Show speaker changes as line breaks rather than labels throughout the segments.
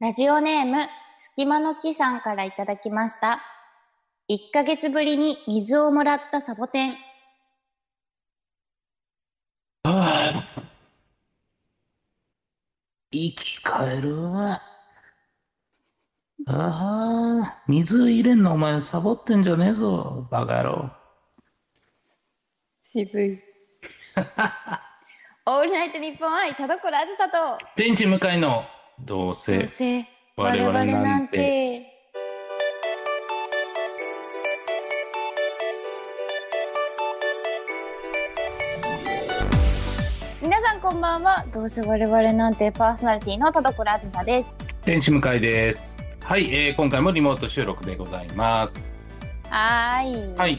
ラジオネーム、隙間の木さんからいただきました。1ヶ月ぶりに水をもらったサボテン。
はあ生き返るわ。ああ、水入れんのお前サボってんじゃねえぞ、バカ野郎。
渋い。 オールナイト日本愛、田所あずさと。
天使向かいの、ど
ど
うせ
うせ、
我
我
々
々
な
なんん
て。
て。皆さんこんばんは。どうせ我々なんてパーソナリティの田所あずさです。
天使向かいです。はい、えー今回もリモート収録でございます。
はーい。
はい。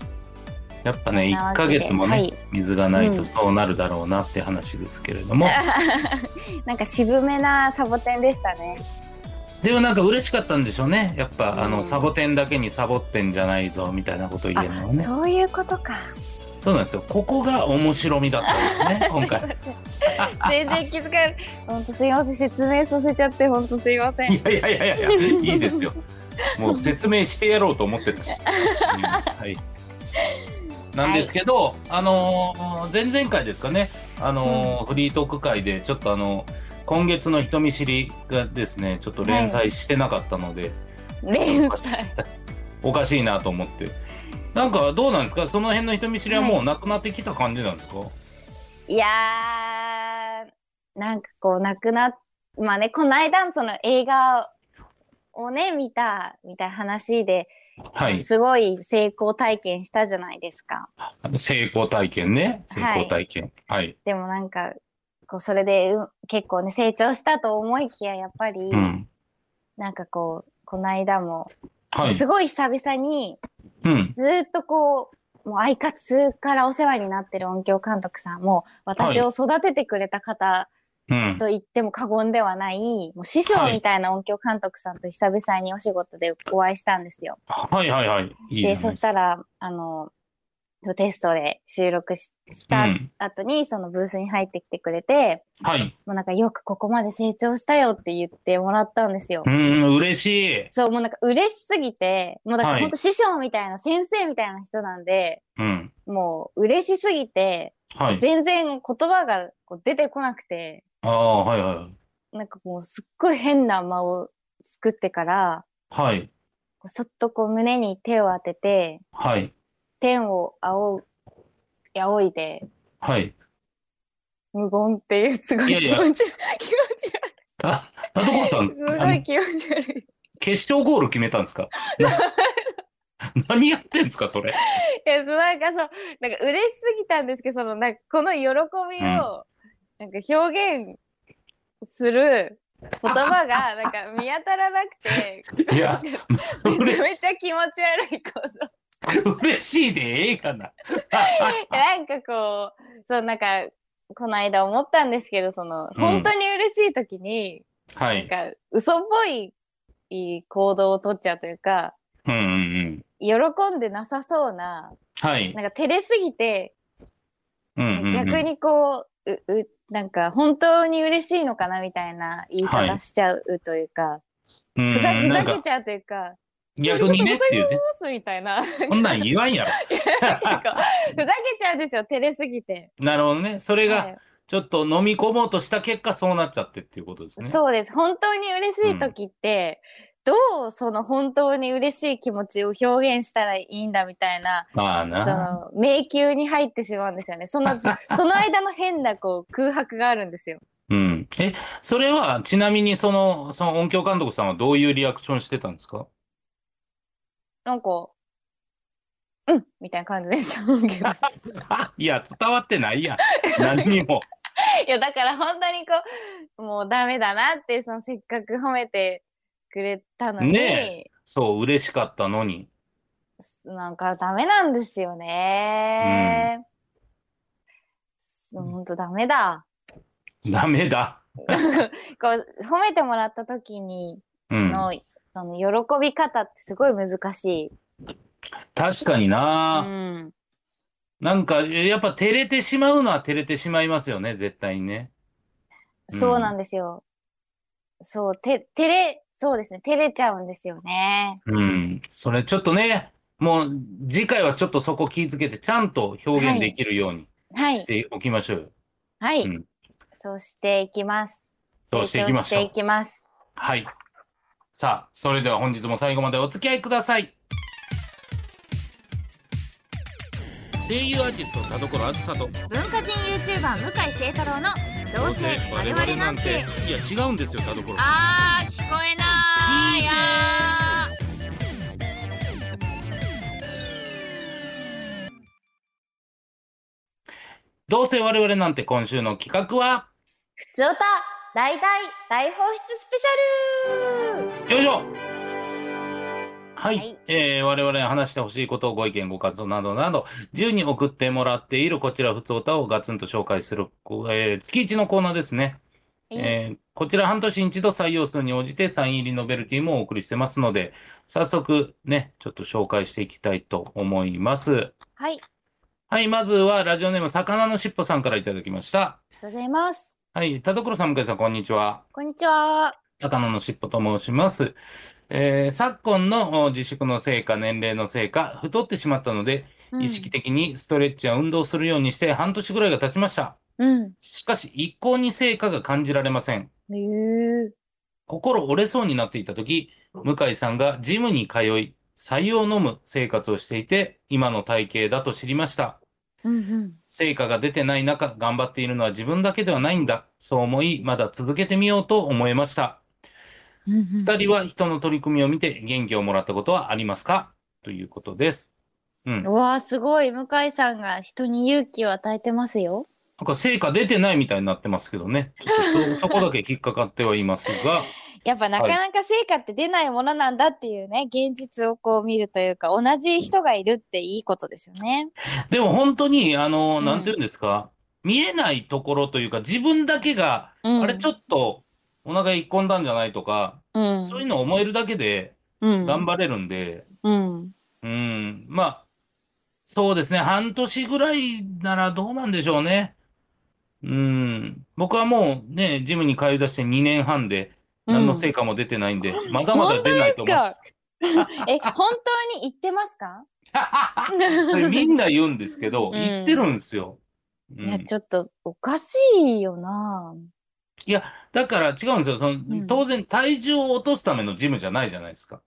やっ
そ
ぱね、
んな
1
わけ
ヶ
で
月もね、
はい
水がないと
うん
そうなるだろうなって話ですけれども、
なんか渋めなサボテンでしたね。
でもなんか嬉しかったんでしょうね。やっぱ、あ
う
の、
ん
サボテンだけにサボってんじゃないぞ、みたいなこと言えるのは
あ、
ね。
そういうことか。
そうなんですよ。ここが面白みだった んですね、今回。
全然気づかない。本当すいません。説明させちゃって本当すいません。
いやいやいやいや、いいです よ。もう説明してやろうと思ってたし。うんはい。なんですけど、あのー前々回ですかね、あのーフリートーク会で、ちょっとあの今月の人見知りがですね、ちょっと連載してなかったので、
連載。
おかしいなと思って。なんかどうなんですかその辺の人見知りはもうなくなってきた感じなんですか、
いやー、なんかこう、なくなっ、まあね、この間、その映画をね、見た、みたいな話で、
はい。
すごい成功体験したじゃないですか。
成功体験ね。成功体験。はい。
でもなんか、こう、それで、うん結構ね、成長したと思いきや、やっぱり、
うん。
なんかこう、この間も、
はい。
すごい久々に、
うん。
ずーっとこう、もうアイカツからお世話になってる音響監督さんも、私を育ててくれた方、
うん。
と言っても過言ではない、もう師匠みたいな音響監督さんと久々にお仕事でお会いしたんですよ。
はいはいはい。いい
で、そしたら、あの、テストで収録しした
うん
後に、そのブースに入ってきてくれて、
ら。はい。
もうなんかよくここまで成長したよって言ってもらったんですよ
う。ーん、嬉しい。
そう、もうなんか嬉しすぎて、もうだから
はい
本当師匠みたいな、先生みたいな人なんで、
うん。
もう嬉しすぎて、
はい。
全然言葉がこう出てこなくて、
ああ、はいは
なんかもうすっごい変な間を作ってから、
い。はい。
こうそっとこう胸に手を当てて、
はい。
天を仰う、仰いで、
はい。
無言っていう、すご
い
い
やい
気
や
持ち悪い、気
あ、田所さん、
持ち悪い、す
あ
ご
の
い気持ち悪い。
決勝ゴール決めたんですかな 何やってんですか、それ。
いや、そうなんかそう、なんか嬉しすぎたんですけど、その、なんかこの喜びを、なんか表現する言葉が、なんか見当たらなくて、
いや、
めちゃ
嬉
めちゃ気持ち悪いこと。
嬉しいでええかな。
なんかこう、そう、なんか、この間思ったんですけど、その、
うん
本当に嬉しい時に、
は
なん
い。
か、嘘っぽい行動を取っちゃうというか、
うんうんうん。
喜んでなさそうな、
はい。
なんか照れすぎて、
うんうんうん
逆。にこう、う、う、なんか、本当に嬉しいのかなみたいな言い
は
方
い
しちゃうというか、
うんうん
ふざふ
な
ざ
ん
け
か
ちゃうというか、
逆にねっていうね。
ボスみたいな、なんか
そんなん言わ んやろ。
ふざけちゃうんですよ、照れすぎて。
なるほどね。それ
はい
が、ちょっと飲み込もうとした結果、そうなっちゃってっていうことですね。
そうです。本当に嬉しい時って、どうその本当に嬉しい気持ちを表現したらいいんだみたいな、
まあな。
その迷宮に入ってしまうんですよね。そ の、その間の変なこう空白があるんですよ。
うん。え、それは、ちなみに、その、その音響監督さんはどういうリアクションしてたんですか
なんか、うんみたいな感じでしたけど。 い
あ、いや、伝わってな いやん。何にも。
や、だから本当にこう、もうダメだなって、そのせっかく褒めてくれたのに、
ねそう、嬉しかったのに。
なんかダメなんですよね。
うん
本当ダメだ。
ダメだ。
こう褒めてもらった時に
うん。
の,、その喜び方ってすごい難しい。
確かに
う
な。
ん、
なんか、えやっぱ、照れてしまうのは照れてしまいますよね、絶対にね。
そうなんですよ。そう、て、照れ、そうですね、照れちゃうんですよね。
うん、それちょっとね、もう次回はちょっとそこ気ぃつけて、ちゃんと表現できるように
は
し
い、
ておきましょうよ。
はい、
うん
そうしていきます。
そうしていきましょ
成長
う
し。ていきます。
はい。さあ、それでは本日も最後までお付き合いください。声優アーティスト田所あずさと
文化人 YouTuber 向井聖太郎のど
いや違うんですよ田所
あー聞こえな
ーいいねどうせ我々なんて今週の企画は
ふつおた大大大放出スペシャル
よいしょはい、
はい
えー我々が話してほしいことをご意見ご感想などなど自由に送ってもらっているこちらふつおたをガツンと紹介する、こえー月一のコーナーですね、えーこちら半年に一度採用数に応じてサイン入りのベルティもお送りしてますので早速ねちょっと紹介していきたいと思います
はい、あり
はいまずはラジオネーム魚のしっぽさんからいただきました
がとうございます。
はい田所さん向井さんこんにちは
こんにちは。
高野のしっぽと申します。えー昨今のお自粛のせいか、年齢のせいか、太ってしまったので、意識的にストレッチや運動をするようにして半年ぐらいが経ちました。
うん。
しかし、一向に成果が感じられません。
えー、
心折れそうになっていた時、向井さんがジムに通い、採用飲む生活をしていて、今の体型だと知りました。
うんうん。
成果が出てない中、頑張っているのは自分だけではないんだ。そう思い、まだ続けてみようと思いました。
うんうん
二人は人の取り組みを見て元気をもらったことはありますかということです。うん。な
うんわあすごい向井さんが人に勇気を与えてますよ。
か成果出てないみたいになってますけどね。ちょ っとそそこだけ引っかかってはいますが、
やっぱなかなか成果って出ないものなんだっていうね、現実をこう見るというか同じ人がいるっていいことですよね。
でも本当に、あの、
うん
なんて言うんですか、見えないところというか、自分だけが、
うん、
あれちょ
っ
っとお腹引っ込んだんじゃないとか、
と、うん、
そういうのを思えるだけで
うん、
頑張れるんで、
うん、
うん、まあ、そうですね、半年ぐらいならどうなんでしょうね。うん、僕はもうね、ジムに通い出して2年半で、何の成果も出果も出てないんで、まだまだ出ないと
うん、
思う。
かえ本当に言ってますか？
それみんな言うんですけど、
ん
言ってるんですよ。うん
いやちょっとおかしいよな。
いや、だから違うんですよ。そ
ん
の当然、体重を落とすためのジムじゃないじゃないですか。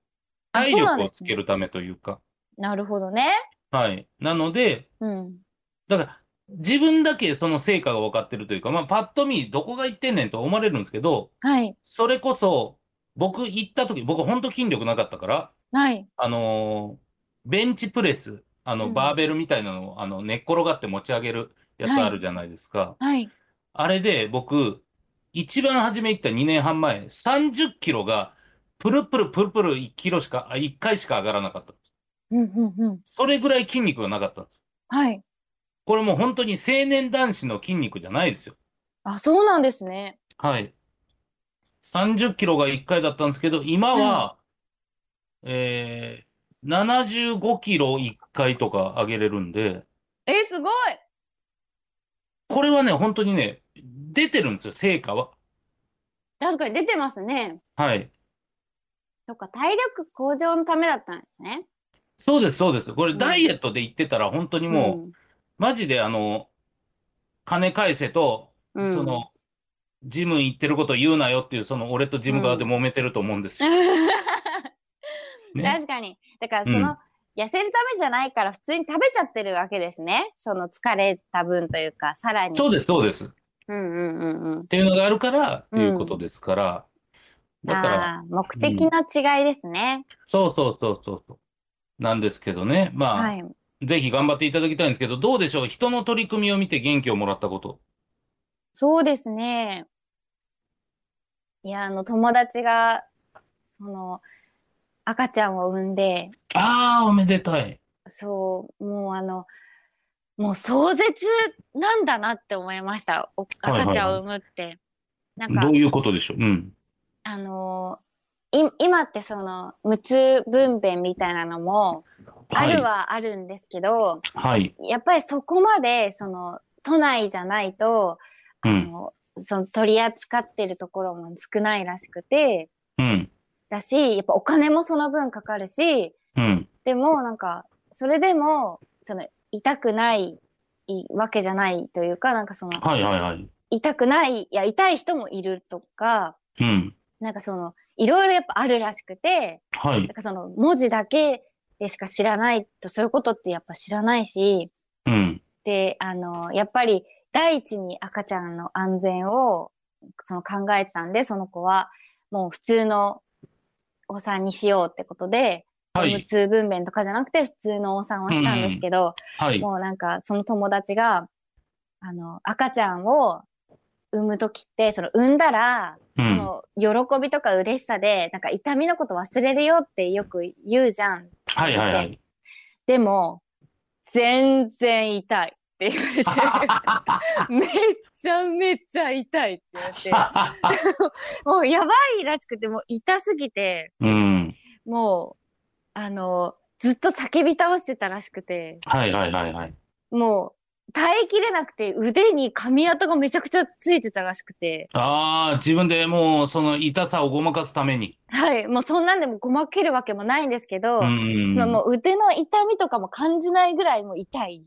あ
体
そうなん
力
で
を
すね
つけるためというか。
なるほどね。
はい。なので、
うん。
だから、自分だけその成果が分かってるというか、まあ、パッと見、どこが行ってんねんと思われるんですけど、
はい
それこそ、僕行った時、僕本当筋力なかったから、
はい。
あのーベンチプレス、あの、
うん
バーベルみたいなのを、あの、寝っ転がって持ち上げるやつ
はい
あるじゃないですか。
はい。
あれで僕、一番初め行った2年半前、30キロが、プルプルプルプル1キロしか、あ1回しか上がらなかったんです。
うんうんうん。
それぐらい筋肉がなかったんです。
はい。
これもう本当に成年男子の筋肉じゃないですよ。
あそうなんですね。
はい。30キロが1回だったんですけど、今は、えー、75キロ1回とか上げれるんで、
えすごい。
これはね、本当にね、出てるんですよ、成果は。
確かに出てますね。
はい。
そっか体力向上のためだったんですね。
そうです、そうです。これ、
うん
ダイエットで言ってたら、本当にもう、マジで、あの、金返せと、
う
そ の、ジム行ってること言うなよっていう、その、俺とジム側で揉めてると思うんですよ。ね。
確かに。だからそ
うん
の、痩せるためじゃないから普通に食べちゃってるわけですね。その疲れた分というか、さらに。
そう
う
です、そうです。
ん
っ
うんうんうん。
ていうのがあるから、っていうことですから。だから、
ああー、目的の違いですね。
そうそうそうそうそう。なんですけどね。ま
は
あ、
い。
ぜひ頑張っていただきたいんですけど、どうでしょう人の取り組みを見て元気をもらったこと。
そうですね。いや、あの、友達が、その、赤ちゃんを産んで、
ああ、おめでたい。
そう、もうあの、もう壮絶なんだなって思いました。お
はい
赤ちゃんを産むって。なんか
どういうことでしょううん。
あのーい今ってその無痛分娩みたいなのもあるはあるんですけど、
はい。
やっぱりそこまでその都内じゃないと、
うん
あのその取り扱ってるところも少ないらしくて
はい。うん。
だし、やっぱお金もその分かかるし、
うん。
でもなんか、それでも、その、痛くないわけじゃないというか、なんかその、
はいはいはい。
痛くない、いや、痛い人もいるとか、
うん。
なんかその、いろいろやっぱあるらしくて、
は
なん
い。
かその、文字だけでしか知らないと、そういうことってやっぱ知らないし、
うん。
で、あの、やっぱり、第一に赤ちゃんの安全を、その考えてたんで、その子は、もう普通のお産にしようってことで、
は
無
い。
痛分娩とかじゃなくて普通のお産をしたんですけど、
はい。
もうなんかその友達が、あの、赤ちゃんを産むときって、その産んだら、そ
うん。
の喜びとか嬉しさで、なんか痛みのこと忘れるよってよく言うじゃん。
はいは いはい。
でも、全然痛いって言わ れて、めっちゃめちゃ痛いって言われて、もうやばいらしくて、もう痛すぎて、
うん。
もう、あの、ずっと叫び倒してたらしくて、
はいはいはいはい。
もう、耐えきれなくて、腕に髪跡がめちゃくちゃついてたらしくて、
ああ、自分でもうその痛さをごまかすために。
はい、もうそんなんでもごまけるわけもないんですけど、
うん。
そのもう腕の痛みとかも感じないぐらいもう痛い。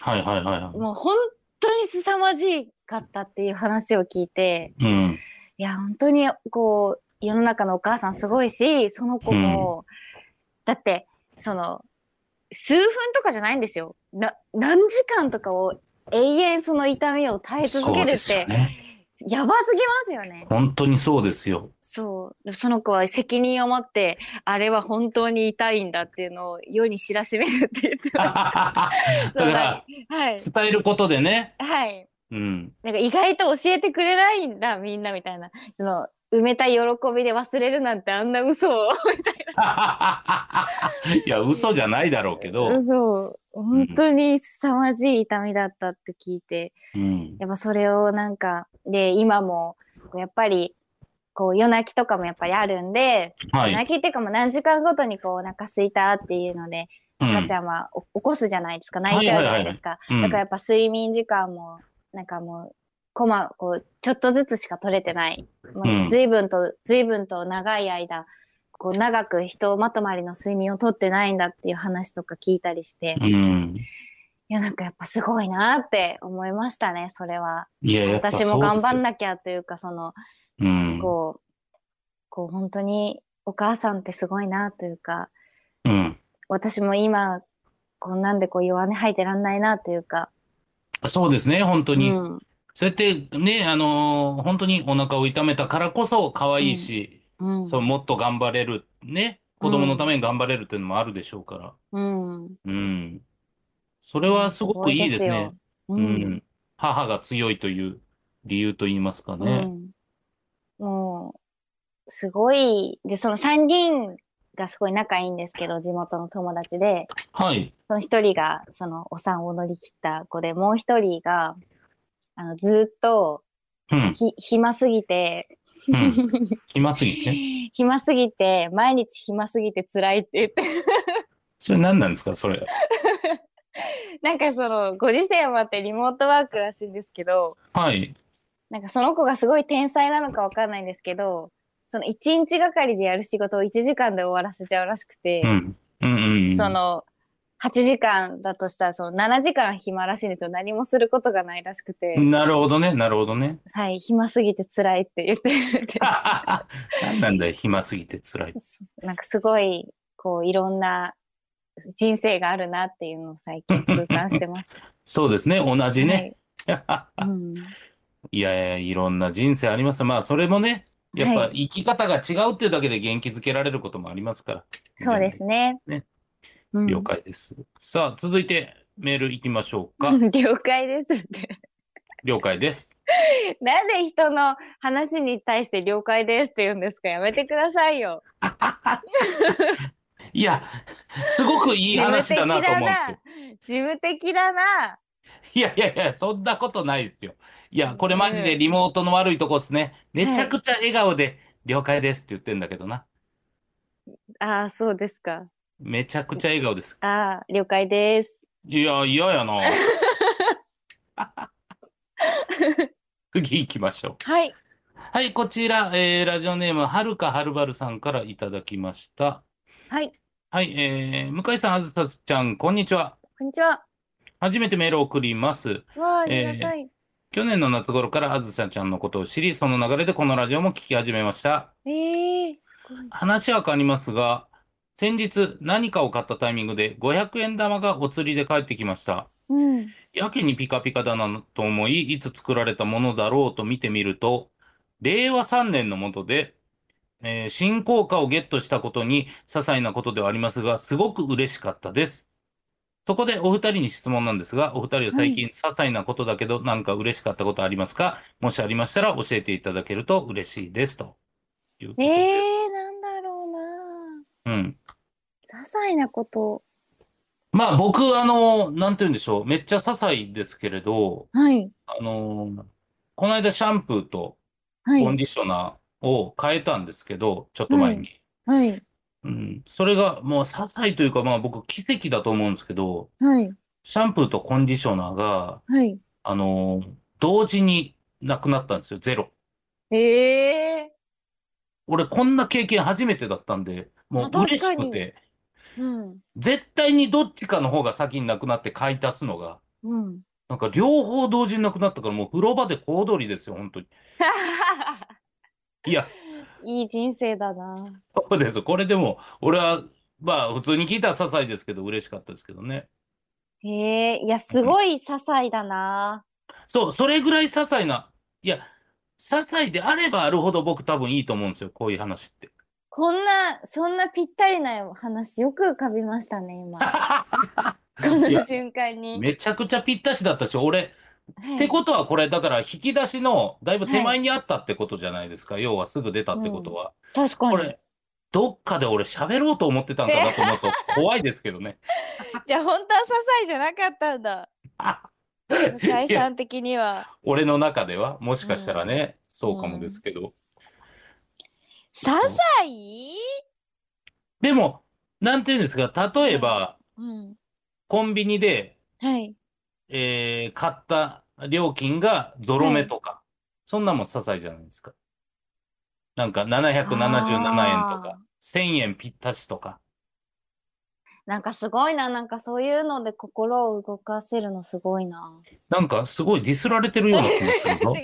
はいはいはいは
もう本当に凄まじかったっていう話を聞いて、
い。うん。
いや、本当にこう、世の中のお母さんすごいし、その子も、だって、その、数分とかじゃないんですよ。な、何時間とかを永遠その痛みを耐え続ける
そうで
っ
すよ
て、
ね。
やばすぎますよね。
本当にそうで すよ。
そう。その子は責任を持って、あれは本当に痛いんだっていうのを世に知らしめるって言って
だ
まし
か
た。そう
ら
はい。
伝えることでね。
はい。
うん。
なんか意外と教えてくれないんだ、みんなみたいな。その、埋めた喜びで忘れるなんてあんな嘘を。
いや嘘じゃないだろうけど、
そう。本当に凄まじい痛みだったって聞いて、
うん、
やっぱそれをなんか、で、今も、やっぱり、こう、夜泣きとかもやっぱりあるんで、
はい、
夜泣きっていうかもう何時間ごとにこう、お腹すいたっていうので、
うん
赤ちゃんはお起こすじゃないですか、泣いちゃうじゃないですか。
うん
だからやっぱ睡眠時間も、なんかもう、こま、こう、ちょっとずつしか取れてない。
う
も
ん
う随分と、随分と長い間、こう、長く人まとまりの睡眠を取ってないんだっていう話とか聞いたりして、い
うん、
や、なんかやっぱすごいなって思いましたね、それは。
いややっぱ
私も頑張ん
ない、
なきゃというか、その、
うん
こう、こう、本当にお母さんってすごいなというか、
うん、
私も今、こんなんでこう弱音吐いてらんないなというか、
そうですね本当
う
に、
ん、
そうやってねあのー本当にお腹を痛めたからこそ可愛いし、
うん、
そうもっと頑張れるね子供のために頑張れるっていうのもあるでしょうから、
うん。
うん、それはすごくいいですね。
ご
う
いですよ。
ん、母が強いという理由と言いますか
うん。う
ね。
んもう、すごい、で、その3人がすごい仲いいんですけど、地元の友達で、
はい。
その1人が、そのお産を乗り切った子で、もう1人が、あの、ずっと、
うん。
ひ、暇すぎて、
うん。暇すぎて。
暇すぎて、毎日暇すぎて辛いって言って、
それ何なんですかそれ。
なんかその、ご時世もあってリモートワークらしいんですけど、
はい。
なんかその子がすごい天才なのかわかんないんですけど、その一日がかりでやる仕事を1時間で終わらせちゃうらしくて
う、ん。うんうんうん。
その8時間だとしたらその7時間暇らしいんですよ。何もすることがないらしくて、
なるほどね、なるほどね。。
はい、暇すぎて辛いって言ってるって
何なんだよ、暇すぎて辛い。
なんかすごい、こういろんな人生があるなっていうのを最近痛感してます。
そうですね、同じね。
はい。うん
い、やいや、いろんな人生あります。まあ、それもね、やっ
は
ぱ
い
生き方が違うっていうだけで元気づけられることもありますから。
そうですね。
ね
うん
了解です。さあ、続いてメールいきましょ うか。
了解ですって。
了解です。
なんで人の話に対して了解ですって言うんですかやめてくださいよ。
いや、すごくいい話だなと思うんです
事
よ。
務的だな。
いやいやいや、そんなことないですよ。いや、これマジでリモートの悪いとこですね。めちゃくちゃ笑顔で、了解ですって言ってんだけどな。
ああ、そうですか。
めちゃくちゃ笑顔です。
ああ、了解です。
いや、嫌やな。 次行きましょ
はい。
う。はい、こちら、えーラジオネーム、はるかはるばるさんからいただきました。
はい、
はい、えー向井さん、あずさちゃん、こんにちは。
こんにちは。
初めてメールを送ります。
わあ、ありがたい。
去年の夏頃からあずさちゃんのことを知り、その流れでこのラジオも聞き始めました。
えー、すごい。
話は変わりますが、先日何かを買ったタイミングで500円玉がお釣りで帰ってきました。
うん。
やけにピカピカだなと思い、いつ作られたものだろうと見てみると、令和3年のもとで、えー新硬貨をゲットしたことに、些細なことではありますが、すごく嬉しかったです。そこでお二人に質問なんですが、お二人は最近、些細なことだけど、なんか嬉しかったことありますかもしありましたら教えていただけると嬉しいです。ということ
え
で
ー、なんだろうな。
うん。
些細なこと。
まあ僕、あの、なんて言うんでしょう。めっちゃ些細ですけれど、
はい。
あの、この間シャンプーと、
は
コン
い。
ディショナーを変えたんですけど、ちょっと前に。
はい。
うん、それがもう些細というか、まあ僕奇跡だと思うんですけど、
はい。
シャンプーとコンディショナーが、
はい。
あのー同時になくなったんですよ、ゼロ。
え
俺こんな経験初めてだったんで、もう
あ
嬉
確か
し
に
くて、
ー。うん。
絶対にどっちかの方が先になくなって買い足すのが、
うん。
なんか両方同時になくなったからもう風呂場で小躍りですよ、 本当に。いや、
いい人生だな。
そうです。これでも、俺は、まあ普通に聞いたら些細ですけど、嬉しかったですけどね。
えー、いや、すごい些細だな。
そう、それぐらい些細な、いや、些細であればあるほど僕多分いいと思うんですよ、こういう話って。
こんな、そんなぴったりな話、よく浮かびましたね、今。こ
いや
の瞬間に。
めちゃくちゃぴったしだったし、俺、
はい
ってことはこれ、だから引き出しのだいぶ手前にあったってことじゃないですか、要はすぐ出たってことは。
確か
こ
に。
れ、どっかで俺喋ろうと思ってたんかなと思うと怖いですけどね。
じゃあ、本当は些細じゃなかったんだ。向井
いや
さん的には。
俺の中では、もしかしたらね、そうかもですけど。
些細
でも、なんていうんですか、例えば、
うん。
コンビニで、
はい。
えー買った料金がゾロ目とか、そんなもん些細じゃないですか。なんか777円と
あ
か、1000円ぴったしとか。
なんかすごいな、なんかそういうので心を動かせるのすごいな。
なんかすごいディスられてるような気がする の
違う。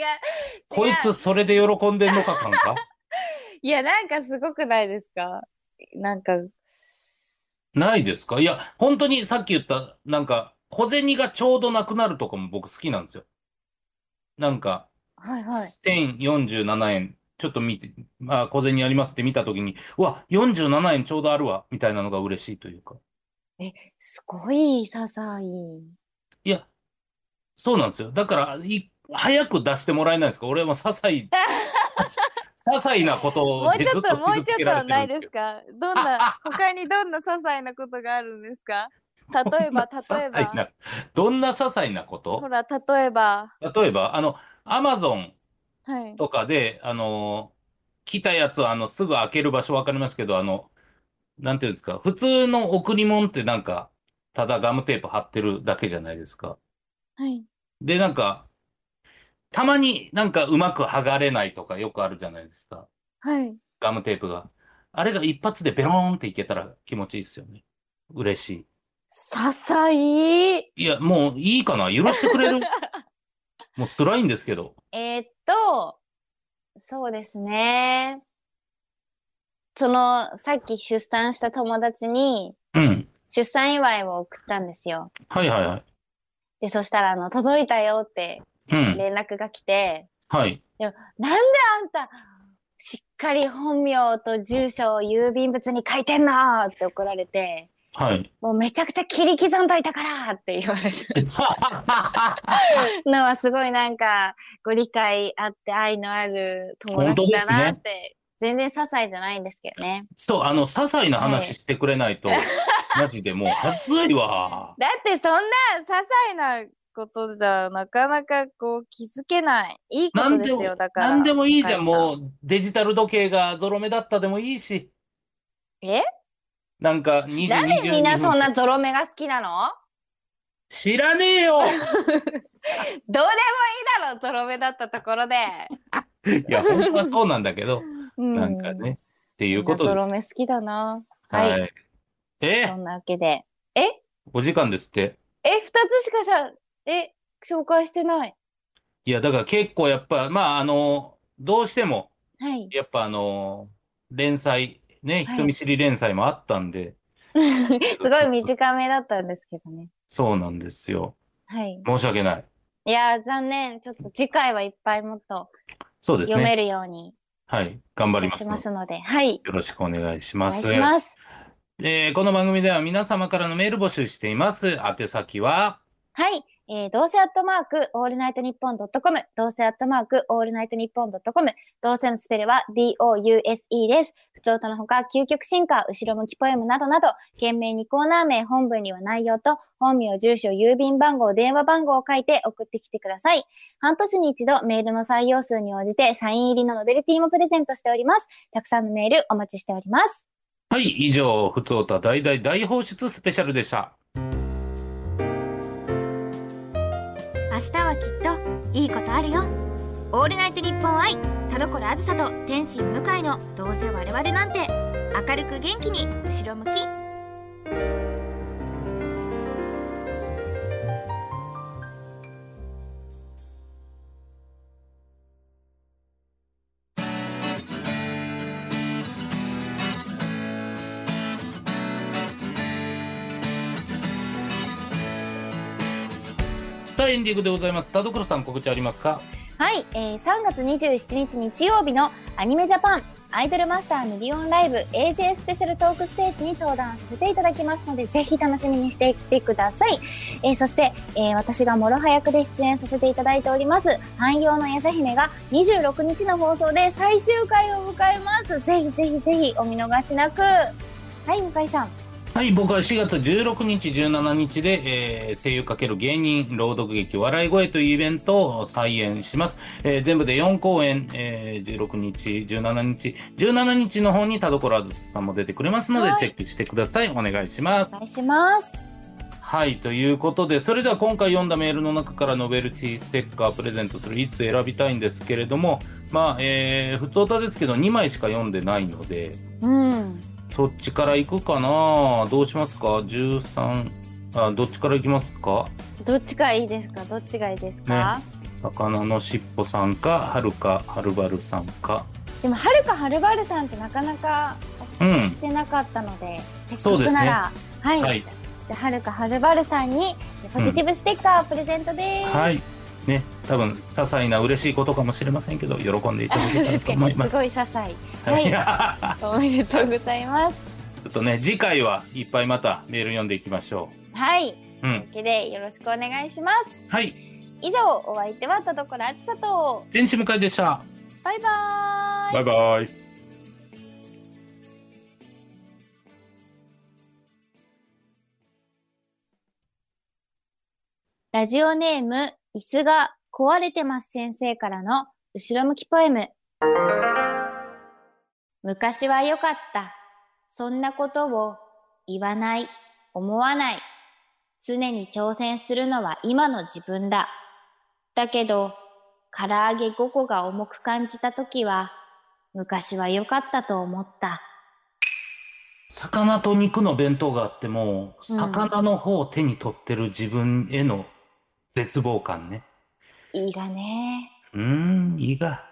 こい
違
つ
う
それで喜んでんのか感か
いや、なんかすごくないですかなんか、
ないですかいや、本当にさっき言った、なんか小銭がちょうどなくなるとかも僕好きなんですよ。なんか、
はいはい。
1047円、ちょっと見て、まあ、小銭ありますって見たときに、うわ、47円ちょうどあるわ、みたいなのが嬉しいというか。
すごい些細。
いや、そうなんですよ。だから、い早く出してもらえないですか俺はもう 些細、些細なこと
もう
で
ち
ず
ょっと、
っと
もうち
傷つ
ょっ
けら
となん
れてる
い
です
で
け
すか
ど。
どん な、他にどんな些細なことがあるんですか例えば、例え
些細
ば、
などんな些細なこ
ほ
と
ら、例えば、
例えば、あの、アマゾン
はい。
とかで、あのー来たやつは、あの、すぐ開ける場所わかりますけど、あの、なんていうんですか、普通の贈り物ってなんか、ただガムテープ貼ってるだけじゃないですか。
はい。
で、なんか、たまになんかうまく剥がれないとかよくあるじゃないですか。
はい。
ガムテープが。あれが一発でベローンっていけたら気持ちいいですよね。嬉し
些細
い。いや、もういいかな許してくれるもう辛いんですけど。
えーっと、そうですね。その、さっき出産した友達に
うん。
出産祝いを送ったんですよ。
はいはいはい。
で、そしたら、あの、届いたよって
うん。
連絡が来て、
はい。
なんであんた、しっかり本名と住所を郵便物に書いてんのって怒られて、
はい。
もうめちゃくちゃ切り刻んどいたからって言われてのはすごいなんか、ご理解あって愛のある友達だなって、全然些細じゃないんですけどね。
そう、あの、些細な話してくれないと、マジでもう恥ずいわ。
だってそんな些細なことじゃなかなかこう気づけないいいこ
な
と
ん
で
ですも
よだから
なんでもいいじゃん、
向井さ
もうデジタル時計がゾロ目だったでもいいし。
え
なんか2時
なんでみんなそん
22
な
分
ゾロ目が好きなの
知らねえよ
どうでもいいだろゾロ目だったところで
いや、本当はそうなんだけど、
うん
なんかね、っていうこと
ド
で
ロ
す。
メ好きだな。はい。
はい。え
そんなわけで。え
お時間ですって。
え、二つしかしゃ、え、紹介してない。
いや、だから結構やっぱ、まあ、あの、どうしても、
はい。
やっぱあの、連載、ね、
はい
人見知り連載もあったんで、
すごい短めだったんですけど ね。
そうなんですよ。
はい。
申し訳ない。
いやー、残念。ちょっと次回はいっぱいもっと
そうです
読め
ね。
るように
はい。頑張りま
し
す。
ま
よ
すので。はい。
ろしくお願いし
お
ま
願い
す。
します。
えーこの番組では皆様からのメール募集しています。宛先は、
はい。えー、どうせアットマーク、オールナイトニッポンドットコム。どうせアットマーク、オールナイトニッポンドットコム。どうせのスペルは D-O-U-S-E です。普通歌のほか、究極進化、後ろ向きポエムなどなど、懸命にコーナー名、本文には内容と、本名、住所、郵便番号、電話番号を書いて送ってきてください。半年に一度、メールの採用数に応じて、サイン入りのノベルティもプレゼントしております。たくさんのメールお待ちしております。
はい、以上、ふつおた大大大放出スペシャルでした。
明日はきっといいことあるよオールナイトニッポン愛田所あずさと天心向井のどうせ我々なんて明るく元気に後ろ向き
さあ、エンディングでございます。田所さん、告知ありますか
はい、えー、3月27日日曜日のアニメジャパンアイドルマスターミリオンライブ AJ スペシャルトークステージに登壇させていただきますので、ぜひ楽しみにしていてください。えーそして、えー私がもろは役で出演させていただいております、汎用のやしゃ姫が26日の放送で最終回を迎えます。ぜひぜひぜひお見逃しなく。はい、向井さん。
はい、僕は4月16日、17日で、えー声優×芸人、朗読劇、笑い声というイベントを再演します。えー全部で4公演、えー16日、17日、17日の方に田所あずさんも出てくれますので
は、い
チェックしてください。お願いします
お。願いします。
はい、ということで、それでは今回読んだメールの中からノベルティステッカープレゼントするいつ選びたいんですけれども、まあ、えー、普通歌ですけど2枚しか読んでないので、
うん。
そっちから行くかなどうしますか ?13、あ、どっちから行きますか
どっちがいいですかどっちがいいですか、
魚のしっぽさんか、はるか、はるばるさんか。
でもはるかはるばるさんってなかなかお聞きしてなかったので、せっ
そう
か
で
く
す
な
ね
ら、はい、
はい
じゃあはるかはるばるさんにポジティブステッカーをプレゼントです、
はい。ね、多分、些細な嬉しいことかもしれませんけど、喜んでいただけたら
確
と
か
思
に
いますす。
ごい些細
は
はいい、おめでとうございます
ちょっとね、次回はいっぱいまたメール読んでいきましょ
はい、という
う。う。
んわけでよろしくお願いします
はい。
以上お相手は田所あずさと
電子向かいでした。
バイバーイ
イバイ。
ラジオネーム、椅子が壊れてます先生からの後ろ向きポエム。昔は良かった。そんなことを言わない、思わない。常に挑戦するのは今の自分だ。だけど、唐揚げ5個が重く感じたときは、昔は良かったと思った。
魚と肉の弁当があっても、
うん
魚の方を手に取ってる自分への絶望感ね。
いいがね。
うーん、いいが。